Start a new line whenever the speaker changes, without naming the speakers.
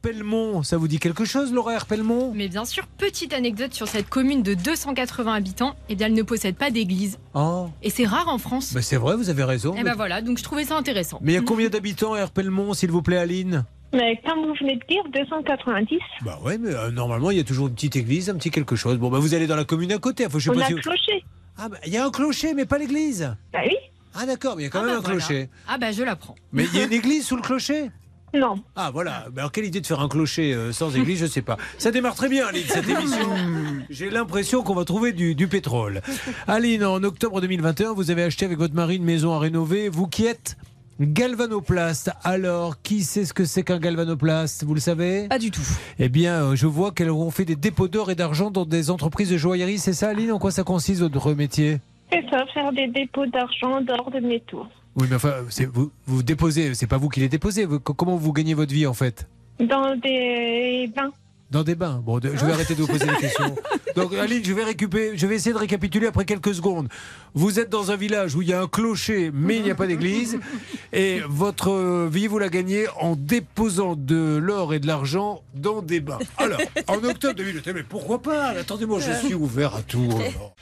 Pelmont, ça vous dit quelque chose, Laura Pelmont
Mais bien sûr, petite anecdote sur cette commune de 280 habitants, eh bien elle ne possède pas d'église.
Oh,
Et c'est rare en France.
bah c'est vrai, vous avez raison.
Eh ben voilà, donc je trouvais ça intéressant.
Mais il y a combien d'habitants à Pelmont, s'il vous plaît, Aline
Mais comme vous venez de dire, 290.
Bah ouais, mais euh, normalement, il y a toujours une petite église, un petit quelque chose. Bon, bah vous allez dans la commune à côté. Enfin, je sais
on
pas
a
si-
cloché.
Ah, bah, il y a un clocher, mais pas l'église.
Bah oui
Ah, d'accord, mais il y a quand
Ah,
même
bah
un
voilà.
clocher.
Ah bah je la prends.
Mais il y a une église sous le clocher
Non.
Ah voilà, Bah, alors quelle idée de faire un clocher euh, sans église, je sais pas. Ça démarre très bien Aline, cette émission. J'ai l'impression qu'on va trouver du, du pétrole. Aline, en octobre 2021, vous avez acheté avec votre mari une maison à rénover, vous qui êtes galvanoplaste. Alors, qui sait ce que c'est qu'un galvanoplaste Vous le savez
Pas du tout.
Eh bien, euh, je vois qu'elles ont fait des dépôts d'or et d'argent dans des entreprises de joaillerie, c'est ça Aline En quoi ça consiste votre métier
C'est ça, faire des dépôts d'argent d'or de métaux.
Oui, mais enfin, c'est- vous, vous déposez, c'est pas vous qui les déposez. Vous- comment vous gagnez votre vie en fait
Dans des bains.
Dans des bains. Bon, de- je vais arrêter de vous poser des questions. Donc, Aline, je vais récupérer, je vais essayer de récapituler après quelques secondes. Vous êtes dans un village où il y a un clocher, mais il n'y a pas d'église. Et votre euh, vie, vous la gagnez en déposant de l'or et de l'argent dans des bains. Alors, en octobre 2021, mais pourquoi pas Attendez-moi, je suis ouvert à tout. alors.